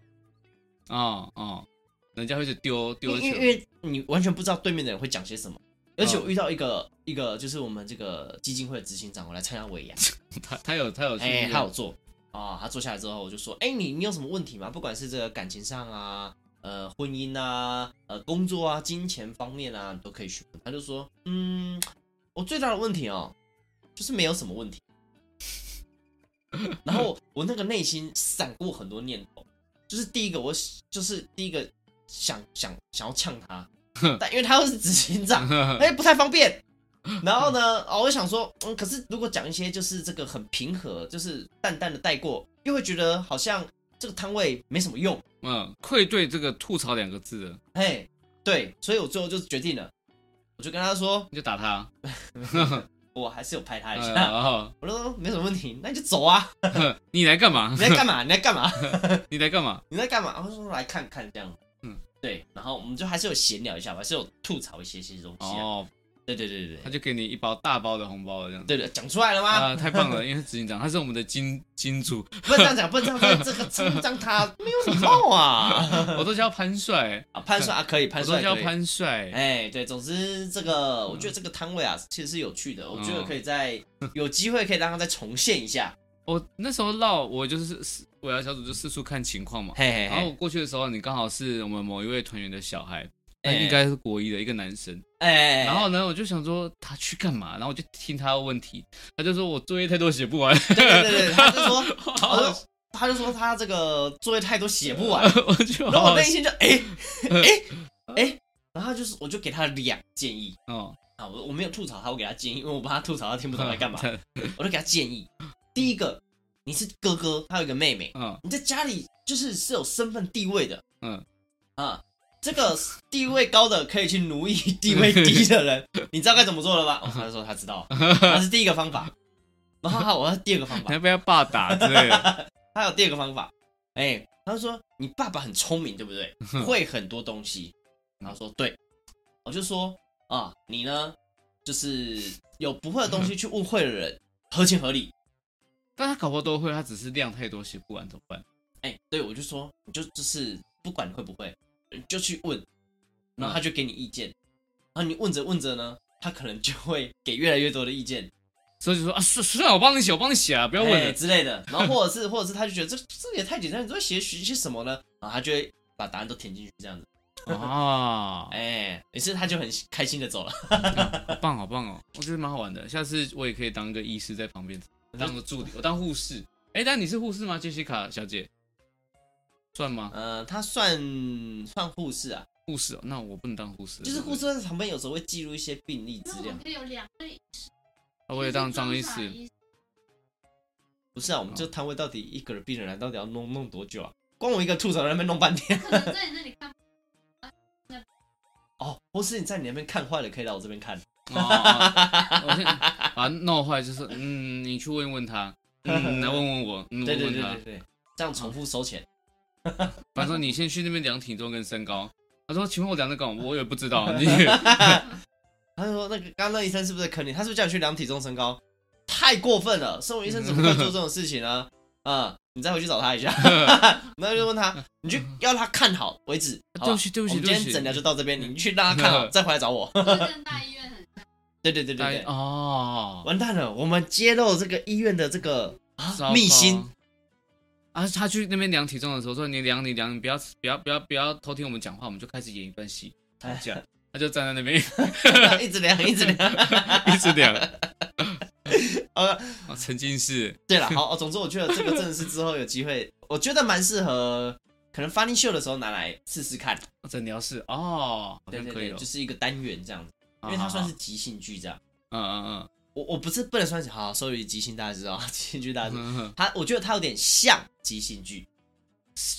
Speaker 1: 哦哦，人家会一直丢
Speaker 2: 因
Speaker 1: 丢
Speaker 2: 为
Speaker 1: 球
Speaker 2: 因为你完全不知道对面的人会讲些什么。而且
Speaker 1: 嗯
Speaker 2: 我遇到一个、一个，就是我们这个基金会的执行长，我来参加尾牙，
Speaker 1: 他他有他有去
Speaker 2: 哎、
Speaker 1: 那个
Speaker 2: 他有做啊、他坐下来之后，我就说，哎、你你有什么问题吗？不管是这个感情上啊，呃，婚姻啊，呃，工作啊，金钱方面啊，你都可以询问。他就说，嗯，我最大的问题哦，就是没有什么问题。然后我那个内心闪过很多念头，就是第一个我就是第一个想想想要呛他，但因为他又是执行长，哎、不太方便。然后呢，哦，我想说，嗯，可是如果讲一些就是这个很平和，就是淡淡的带过，又会觉得好像这个摊位没什么用，
Speaker 1: 嗯，愧对这个吐槽两个字的，
Speaker 2: 哎，对，所以我最后就决定了，我就跟他说，
Speaker 1: 你就打他。
Speaker 2: 我还是有拍他一
Speaker 1: 哎
Speaker 2: 下，
Speaker 1: 然后
Speaker 2: 我就说没什么问题，那你就走啊，
Speaker 1: 哼你来干嘛
Speaker 2: 你？在干嘛？你在干嘛？
Speaker 1: 你来干嘛？
Speaker 2: 你在干嘛？我说来看看这样，
Speaker 1: 嗯，
Speaker 2: 对，然后我们就还是有闲聊一下吧，还是有吐槽一些些东西、啊，
Speaker 1: 哦，
Speaker 2: 对对对对
Speaker 1: 他就
Speaker 2: 对，
Speaker 1: 给你一包大包的红包了，这样子。
Speaker 2: 对对，讲出来了吗？
Speaker 1: 啊，太棒了！因为执行长他是我们的金金主，
Speaker 2: 不能这样讲，不能这样讲，这个称赞他没有礼 貌啊！
Speaker 1: 我都叫潘帅，
Speaker 2: 啊，潘帅啊，可以，
Speaker 1: 我
Speaker 2: 潘
Speaker 1: 都
Speaker 2: 帅
Speaker 1: 叫
Speaker 2: 可以。
Speaker 1: 潘帅。
Speaker 2: 哎，对，总之这个，我觉得
Speaker 1: 嗯
Speaker 2: 这个摊位啊，其实是有趣的，我觉得可以再有机会可以让他再重现一下。
Speaker 1: 我那时候绕，我就是我要小组就四处看情况嘛。
Speaker 2: 嘿嘿
Speaker 1: 然后我
Speaker 2: 嘿，
Speaker 1: 过去的时候，你刚好是我们某一位团员的小孩，他
Speaker 2: 哎
Speaker 1: 应该是国一的一个男生。
Speaker 2: 哎，
Speaker 1: 然后呢，我就想说他去干嘛？然后我就听他的问题，他就说我作业太多写不完。
Speaker 2: 对对对对，他就说，他
Speaker 1: 好
Speaker 2: 就他就说他这个作业太多写 不完，
Speaker 1: 我就
Speaker 2: 然后
Speaker 1: 好
Speaker 2: 我
Speaker 1: 好
Speaker 2: 内心就 哎哎哎，然后就是我就给他两建议
Speaker 1: 哦，
Speaker 2: 啊，我我没有吐槽他，我给他建议，因为我怕他吐槽他听不懂在干嘛，
Speaker 1: 嗯
Speaker 2: 我就给他建议。第一个，你是哥哥，他有一个妹妹，
Speaker 1: 嗯
Speaker 2: 你在家里就是是有身份地位的，
Speaker 1: 嗯
Speaker 2: 啊，这个地位高的可以去奴役地位低的人，你知道该怎么做了吧？哦、他就说他知道，那是第一个方法。然后他我要第二个方
Speaker 1: 你
Speaker 2: 法，
Speaker 1: 要不要霸打之类的？
Speaker 2: 他有第二个方法，哎、他就说你爸爸很聪明，对不对？会很多东西。然后说对，我就说啊，你呢，就是有不会的东西去误会的人，合情合理。
Speaker 1: 但他搞不好都会，他只是量太多写不完怎么办？
Speaker 2: 哎、对我就说，你就就是不管会不会，你就去问，然后
Speaker 1: 嗯
Speaker 2: 他就给你意见，然后你问着问着呢，他可能就会给越来越多的意见，
Speaker 1: 所以就说啊，算算了，我帮你写，我帮你写啊，不
Speaker 2: 不
Speaker 1: 要问了。
Speaker 2: 之类的，然后或者是或者是他就觉得这这也太简单，你都写写些什么呢？然后他就会把答案都填进去这样子，
Speaker 1: 啊，
Speaker 2: 哎、于是他就很开心的走了，
Speaker 1: 好棒好棒哦，我觉得蛮好玩的。下次我也可以当个医师在旁边，当个助理，我当护士。哎，但你是护士吗，杰西卡小姐？算吗？
Speaker 2: 呃，他算算护士啊，
Speaker 1: 护士哦，那我不能当护士。
Speaker 2: 就是护士在旁边有时候会记录一些病历
Speaker 3: 那
Speaker 2: 资
Speaker 3: 我
Speaker 2: 料
Speaker 3: 们，可以有两个医师，
Speaker 1: 啊，我也当张医
Speaker 3: 医
Speaker 1: 师。
Speaker 2: 不是啊，我们这摊位到底一个人病人来到底要弄弄多久啊？光我一个吐槽在那边弄半天。
Speaker 3: 可能在你那里看，
Speaker 2: 哦，或是你在你那边看坏了，可以来我这边看。
Speaker 1: 哦，哦我先把它弄坏，就是嗯，你去问问他，嗯，来问问我，嗯，
Speaker 2: 对
Speaker 1: 问问
Speaker 2: 对对
Speaker 1: 他
Speaker 2: 对。对，这样重复收钱。
Speaker 1: 他说你先去那边量体重跟身高。他说：“请问我量的高，我也不知道。你
Speaker 2: 他就说那个刚刚那医生是不是坑你？他是不是叫你去量体重身高？太过分了，身为医生怎么会做这种事 情呢？啊、你再回去找他一下，然后就问他，你去要他看好 为止。好吧
Speaker 1: 对不起对不起
Speaker 2: 我们
Speaker 1: 对不起
Speaker 2: 今天诊疗就到这边，你去让他看好，再回来找我。
Speaker 3: 就是跟大医院很
Speaker 2: 对对对对
Speaker 1: 大
Speaker 2: 对，
Speaker 1: 哦，
Speaker 2: 完蛋了，我们揭露这个医院的这个
Speaker 1: 糟
Speaker 2: 啊
Speaker 1: 糕
Speaker 2: 秘辛，
Speaker 1: 啊！他去那边量体重的时候说：“你量，你量，你不要不要不要不要偷听我们讲话。”我们就开始演一段戏，吵架。他就站在那边
Speaker 2: 一直量一直量。
Speaker 1: 一直量，
Speaker 2: 呃，
Speaker 1: 啊，沉浸式
Speaker 2: 对 了，好，哦总之我觉得这个真的是之后有机会，我觉得蛮适合，可能 Funny Show 的时候拿来试试看。
Speaker 1: 哦诊疗室哦，好
Speaker 2: 对
Speaker 1: 像
Speaker 2: 对
Speaker 1: 可以
Speaker 2: 对，
Speaker 1: 哦啊
Speaker 2: 就，是一个单元这样子，
Speaker 1: 因
Speaker 2: 因为它算是即兴剧这样。
Speaker 1: 嗯嗯
Speaker 2: 我我不是不能算是好，所以即兴大家知道， 即兴剧大家
Speaker 1: 嗯
Speaker 2: 知道。
Speaker 1: 嗯，嗯
Speaker 2: 它我觉得它有点像即兴剧，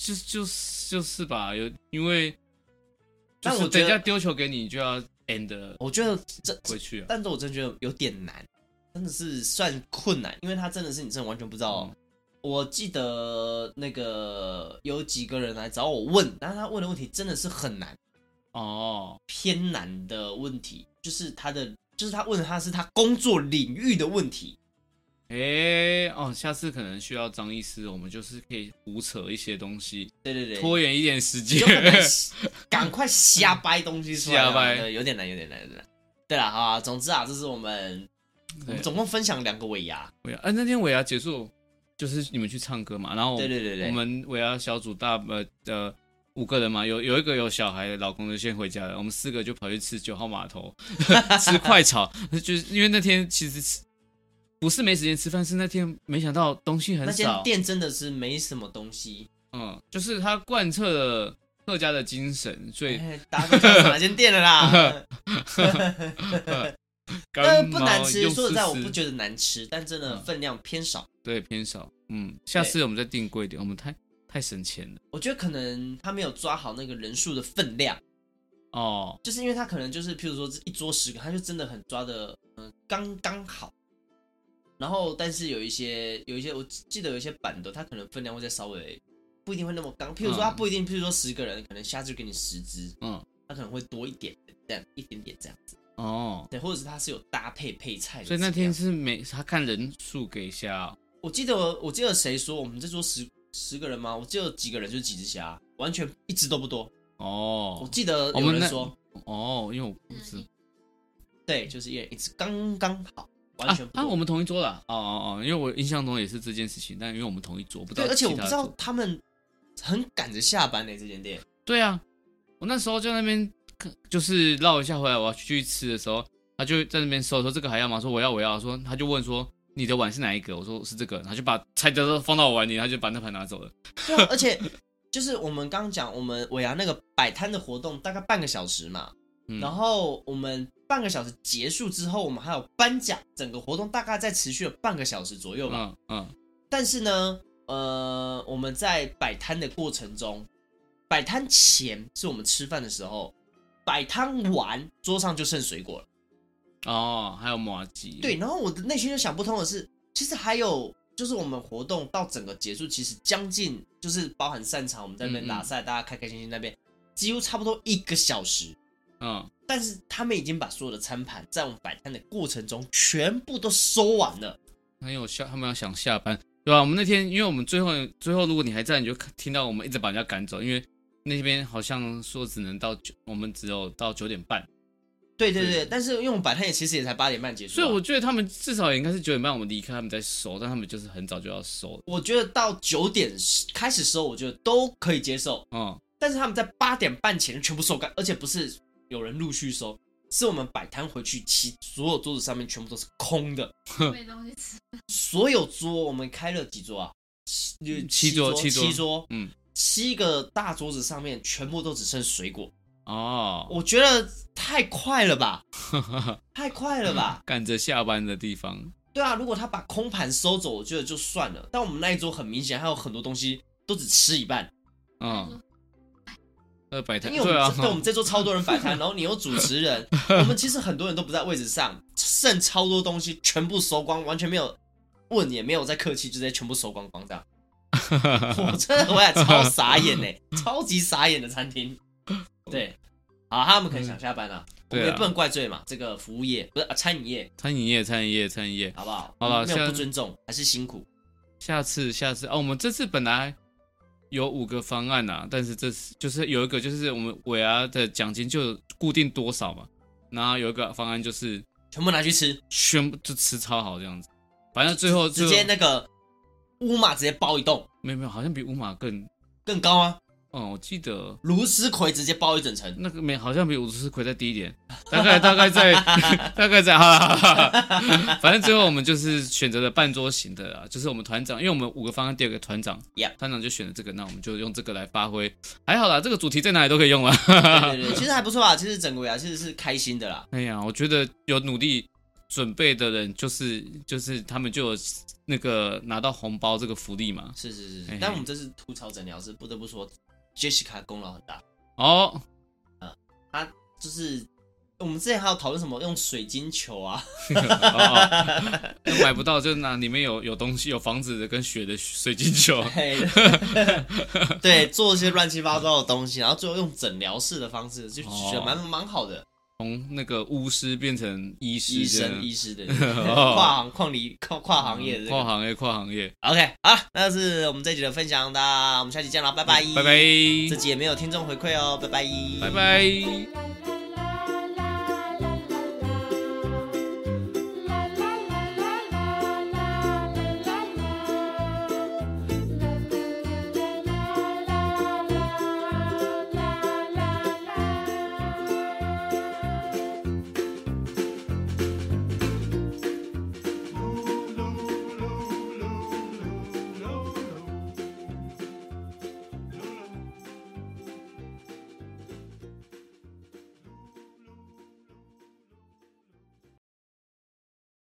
Speaker 1: 就就是就是吧，有因为，
Speaker 2: 但
Speaker 1: 就是
Speaker 2: 我觉得
Speaker 1: 等一下丢球给你，你就要 end
Speaker 2: 我觉得这，这
Speaker 1: 回去啊。
Speaker 2: 但是我真觉得有点难，真的是算困难，因为它真的是你真的完全不
Speaker 1: 嗯
Speaker 2: 知道。我记得那个有几个人来找我问，但是他问的问题真的是很难，
Speaker 1: 哦，
Speaker 2: 偏难的问题，就是他的，就是他问的他是他工作领域的问题，
Speaker 1: 诶，哦，下次可能需要张医师，我们就是可以胡扯一些东西，
Speaker 2: 对对对，
Speaker 1: 拖延一点时间
Speaker 2: 就。可 能赶快瞎掰东西出来啊，
Speaker 1: 瞎掰
Speaker 2: 对有点难，有点难，有点难。对了，好啊，总之啊，这是我们我们
Speaker 1: 对
Speaker 2: 总共分享两个尾牙，
Speaker 1: 尾牙，哎、那天尾牙结束就是你们去唱歌嘛，然后我
Speaker 2: 对对对对，
Speaker 1: 我们尾牙小组大呃呃五个人嘛，有有一个有小孩的，老公就先回家了，我们四个就跑去吃九号码 头吃快炒，就是因为那天其实吃不是没时间吃饭，是那天没想到东西很
Speaker 2: 那间
Speaker 1: 少，
Speaker 2: 店真的是没什么东西，
Speaker 1: 嗯，就是他贯彻了客家的精神，所以
Speaker 2: 哎大家都知道是哪间店了啦。
Speaker 1: 干
Speaker 2: 但不
Speaker 1: 猫
Speaker 2: 难吃，
Speaker 1: 用
Speaker 2: 说实在，
Speaker 1: 丝
Speaker 2: 我
Speaker 1: 丝
Speaker 2: 不觉得难吃，但真的
Speaker 1: 嗯
Speaker 2: 分量偏少。
Speaker 1: 对偏少，嗯，下次我们再定贵一点，我们太太省钱了
Speaker 2: 我觉得可能他没有抓好那个人数的分量，
Speaker 1: 哦，
Speaker 2: 就是因为他可能就是，譬如说一桌十个，他就真的很抓的，嗯，刚刚好。然后，但是有一些有一些，我记得有一些版的，它可能分量会再稍微不一定会那么刚。譬如说，
Speaker 1: 嗯
Speaker 2: 它不一定，譬如说十个人，可能下次就给你十只，
Speaker 1: 嗯
Speaker 2: 它可能会多一点，这样一点点这样子。
Speaker 1: 哦。
Speaker 2: 对，或者是它是有搭配配菜的
Speaker 1: 所
Speaker 2: 这样。
Speaker 1: 以那天是每他看人数给虾哦、
Speaker 2: 我记得我我记得谁说我们这桌十十个人吗？我记得几个人就是几只虾，完全一只都不多。我
Speaker 1: 哦
Speaker 2: 记得
Speaker 1: 我
Speaker 2: 有
Speaker 1: 们
Speaker 2: 人
Speaker 1: 那
Speaker 2: 说，
Speaker 1: 哦，因为我不是
Speaker 3: 嗯
Speaker 2: 对，就是一人一只，刚刚好，完
Speaker 1: 啊
Speaker 2: 全不多。
Speaker 1: 啊，我们同一桌啦。哦哦哦，因为我印象中也是这件事情，但因为我们同一桌，不知道
Speaker 2: 对，而且我
Speaker 1: 其
Speaker 2: 不
Speaker 1: 他
Speaker 2: 知道
Speaker 1: 桌
Speaker 2: 他们很赶着下班呢、这间店。
Speaker 1: 对啊，我那时候就在那边就是绕一下回来，我要去吃的时候，他就在那边搜说这个还要吗？说我要我要，说他就问说你的碗是哪一个？我说是这个，他就把菜单都放到我碗里，他就把那盘拿走了。
Speaker 2: 对啊，而且就是我们刚刚讲，我们尾牙那个摆摊的活动大概半个小时嘛，
Speaker 1: 嗯，
Speaker 2: 然后我们半个小时结束之后，我们还有颁奖，整个活动大概在持续了半个小时左右嘛。
Speaker 1: 嗯嗯
Speaker 2: 但是呢，呃，我们在摆摊的过程中，摆摊前是我们吃饭的时候，摆摊完桌上就剩水果了。
Speaker 1: 哦，还有麻吉，
Speaker 2: 对，，然后我的内心就想不通的是，其实还有就是我们活动到整个结束，其实将近就是包含散场，我们在那边
Speaker 1: 嗯嗯
Speaker 2: 打赛，大家开开心心那边，几乎差不多一个小时。
Speaker 1: 嗯
Speaker 2: 但是他们已经把所有的餐盘在我们摆摊的过程中全部都收完了。
Speaker 1: 很有效，他们要想下班，对吧、我们那天，因为我们最后最后，如果你还在，你就看听到我们一直把人家赶走，因为那边好像说只能到九，我们只有到九点半，
Speaker 2: 对对
Speaker 1: 对
Speaker 2: 对，但是因为我们摆摊也其实也才八点半结束啊、
Speaker 1: 所以我觉得他们至少也应该是九点半我们离开，他们再收，但他们就是很早就要收，
Speaker 2: 我觉得到九点开始收，我觉得都可以接受，
Speaker 1: 嗯，
Speaker 2: 但是他们在八点半前全部收干，而且不是有人陆续收，是我们摆摊回去，其所有桌子上面全部都是空的，
Speaker 3: 没东西吃，
Speaker 2: 所有桌我们开了几桌啊？七
Speaker 1: 七桌
Speaker 2: 桌，
Speaker 1: 七桌
Speaker 2: 七桌，
Speaker 1: 嗯，
Speaker 2: 七个大桌子上面全部都只剩水果，
Speaker 1: 哦，
Speaker 2: 我觉得太快 了吧，太快了吧？
Speaker 1: 赶着下班的地方，
Speaker 2: 对啊，如果他把空盘收走，我觉得就算了，但我们那一桌很明显还有很多东西都只吃一半。
Speaker 1: 嗯，呃，摆摊，
Speaker 2: 因为我们
Speaker 1: 对啊
Speaker 2: 这，对我们这桌超多人摆摊，然后你又主持 人，我们其实很多人都不在位置上，剩超多东西全部收光，完全没有问也没有在客气，就直接全部收光光这样。我真的我也超傻眼呢、超级傻眼的餐厅。对，好，他们可能想下班了，我们
Speaker 1: 对
Speaker 2: 也
Speaker 1: 啊
Speaker 2: 不能怪罪嘛，这个服务业不是、啊、餐饮业，
Speaker 1: 餐饮业，餐饮业，餐饮业，
Speaker 2: 好不好？
Speaker 1: 好了
Speaker 2: 没
Speaker 1: 现
Speaker 2: 有不
Speaker 1: 在
Speaker 2: 尊重，还是辛苦。
Speaker 1: 下次，下次哦，我们这次本来有五个方案啊，但是这次就是有一个就是我们尾牙的奖金就固定多少嘛，然后有一个方案就是
Speaker 2: 全部拿去吃，
Speaker 1: 全部就吃超好这样子。反正最后
Speaker 2: 直接
Speaker 1: 最后
Speaker 2: 那个乌马直接包一栋
Speaker 1: 没有没有，好像比乌马更，
Speaker 2: 更高啊，
Speaker 1: 嗯，我记得
Speaker 2: 卢斯葵直接包一整层，
Speaker 1: 那个没好像比五十葵再低一点， 大概大概在 大概在，哈哈哈哈反正最后我们就是选择了半桌型的啊，就是我们团长，因为我们五个方案第二个团长
Speaker 2: Yep
Speaker 1: 团长就选了这个，那我们就用这个来发挥，还好啦，这个主题在哪里都可以用啦。
Speaker 2: 对对对，其实还不错啊，其实整个尾牙其实是开心的啦，
Speaker 1: 哎呀，我觉得有努力准备的人，就是就是他们就有那个拿到红包这个福利嘛。
Speaker 2: 是是是
Speaker 1: 嘿嘿
Speaker 2: 是，但我们这次吐槽诊疗是不得不说，Jessica 功劳很大，
Speaker 1: 哦，
Speaker 2: 就是我们之前还有讨论什么用水晶球啊，
Speaker 1: 哦哦买不到就拿里面有有东西，有房子的跟雪的水晶球。
Speaker 2: 嘿对，做一些乱七八糟的东西，然后最后用诊疗式的方式，就觉得蛮蛮好的，
Speaker 1: 从那个巫师变成医师
Speaker 2: 医
Speaker 1: 这样，
Speaker 2: 生医师的
Speaker 1: 哦
Speaker 2: 跨行跨离跨跨行业的
Speaker 1: 嗯
Speaker 2: 这
Speaker 1: 跨
Speaker 2: 个。
Speaker 1: 行业，跨行业。
Speaker 2: OK，好了，那是我们这一集的分享，大家我们下期见了，拜拜，
Speaker 1: 嗯拜拜，
Speaker 2: 这集也没有听众回馈哦，拜拜，
Speaker 1: 拜拜。